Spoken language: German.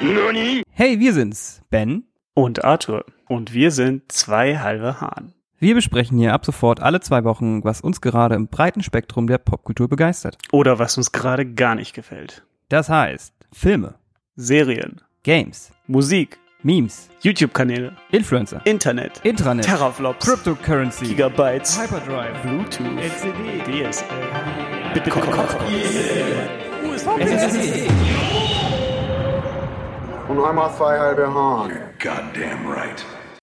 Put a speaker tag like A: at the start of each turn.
A: Nani?
B: Hey, wir sind's, Ben.
C: Und Arthur. Und wir sind zwei halbe Hahn.
B: Wir besprechen hier ab sofort alle zwei Wochen, was uns gerade im breiten Spektrum der Popkultur begeistert.
C: Oder was uns gerade gar nicht gefällt.
B: Das heißt, Filme,
C: Serien,
B: Games,
C: Musik,
B: Memes,
C: YouTube-Kanäle,
B: Influencer,
C: Internet,
B: Intranet,
C: Terraflops,
B: Cryptocurrency,
C: Gigabytes,
B: Hyperdrive,
C: Bluetooth, LCD, DSL,
B: SSD.
D: Und einmal zwei halbe Hahn.
E: Goddamn right.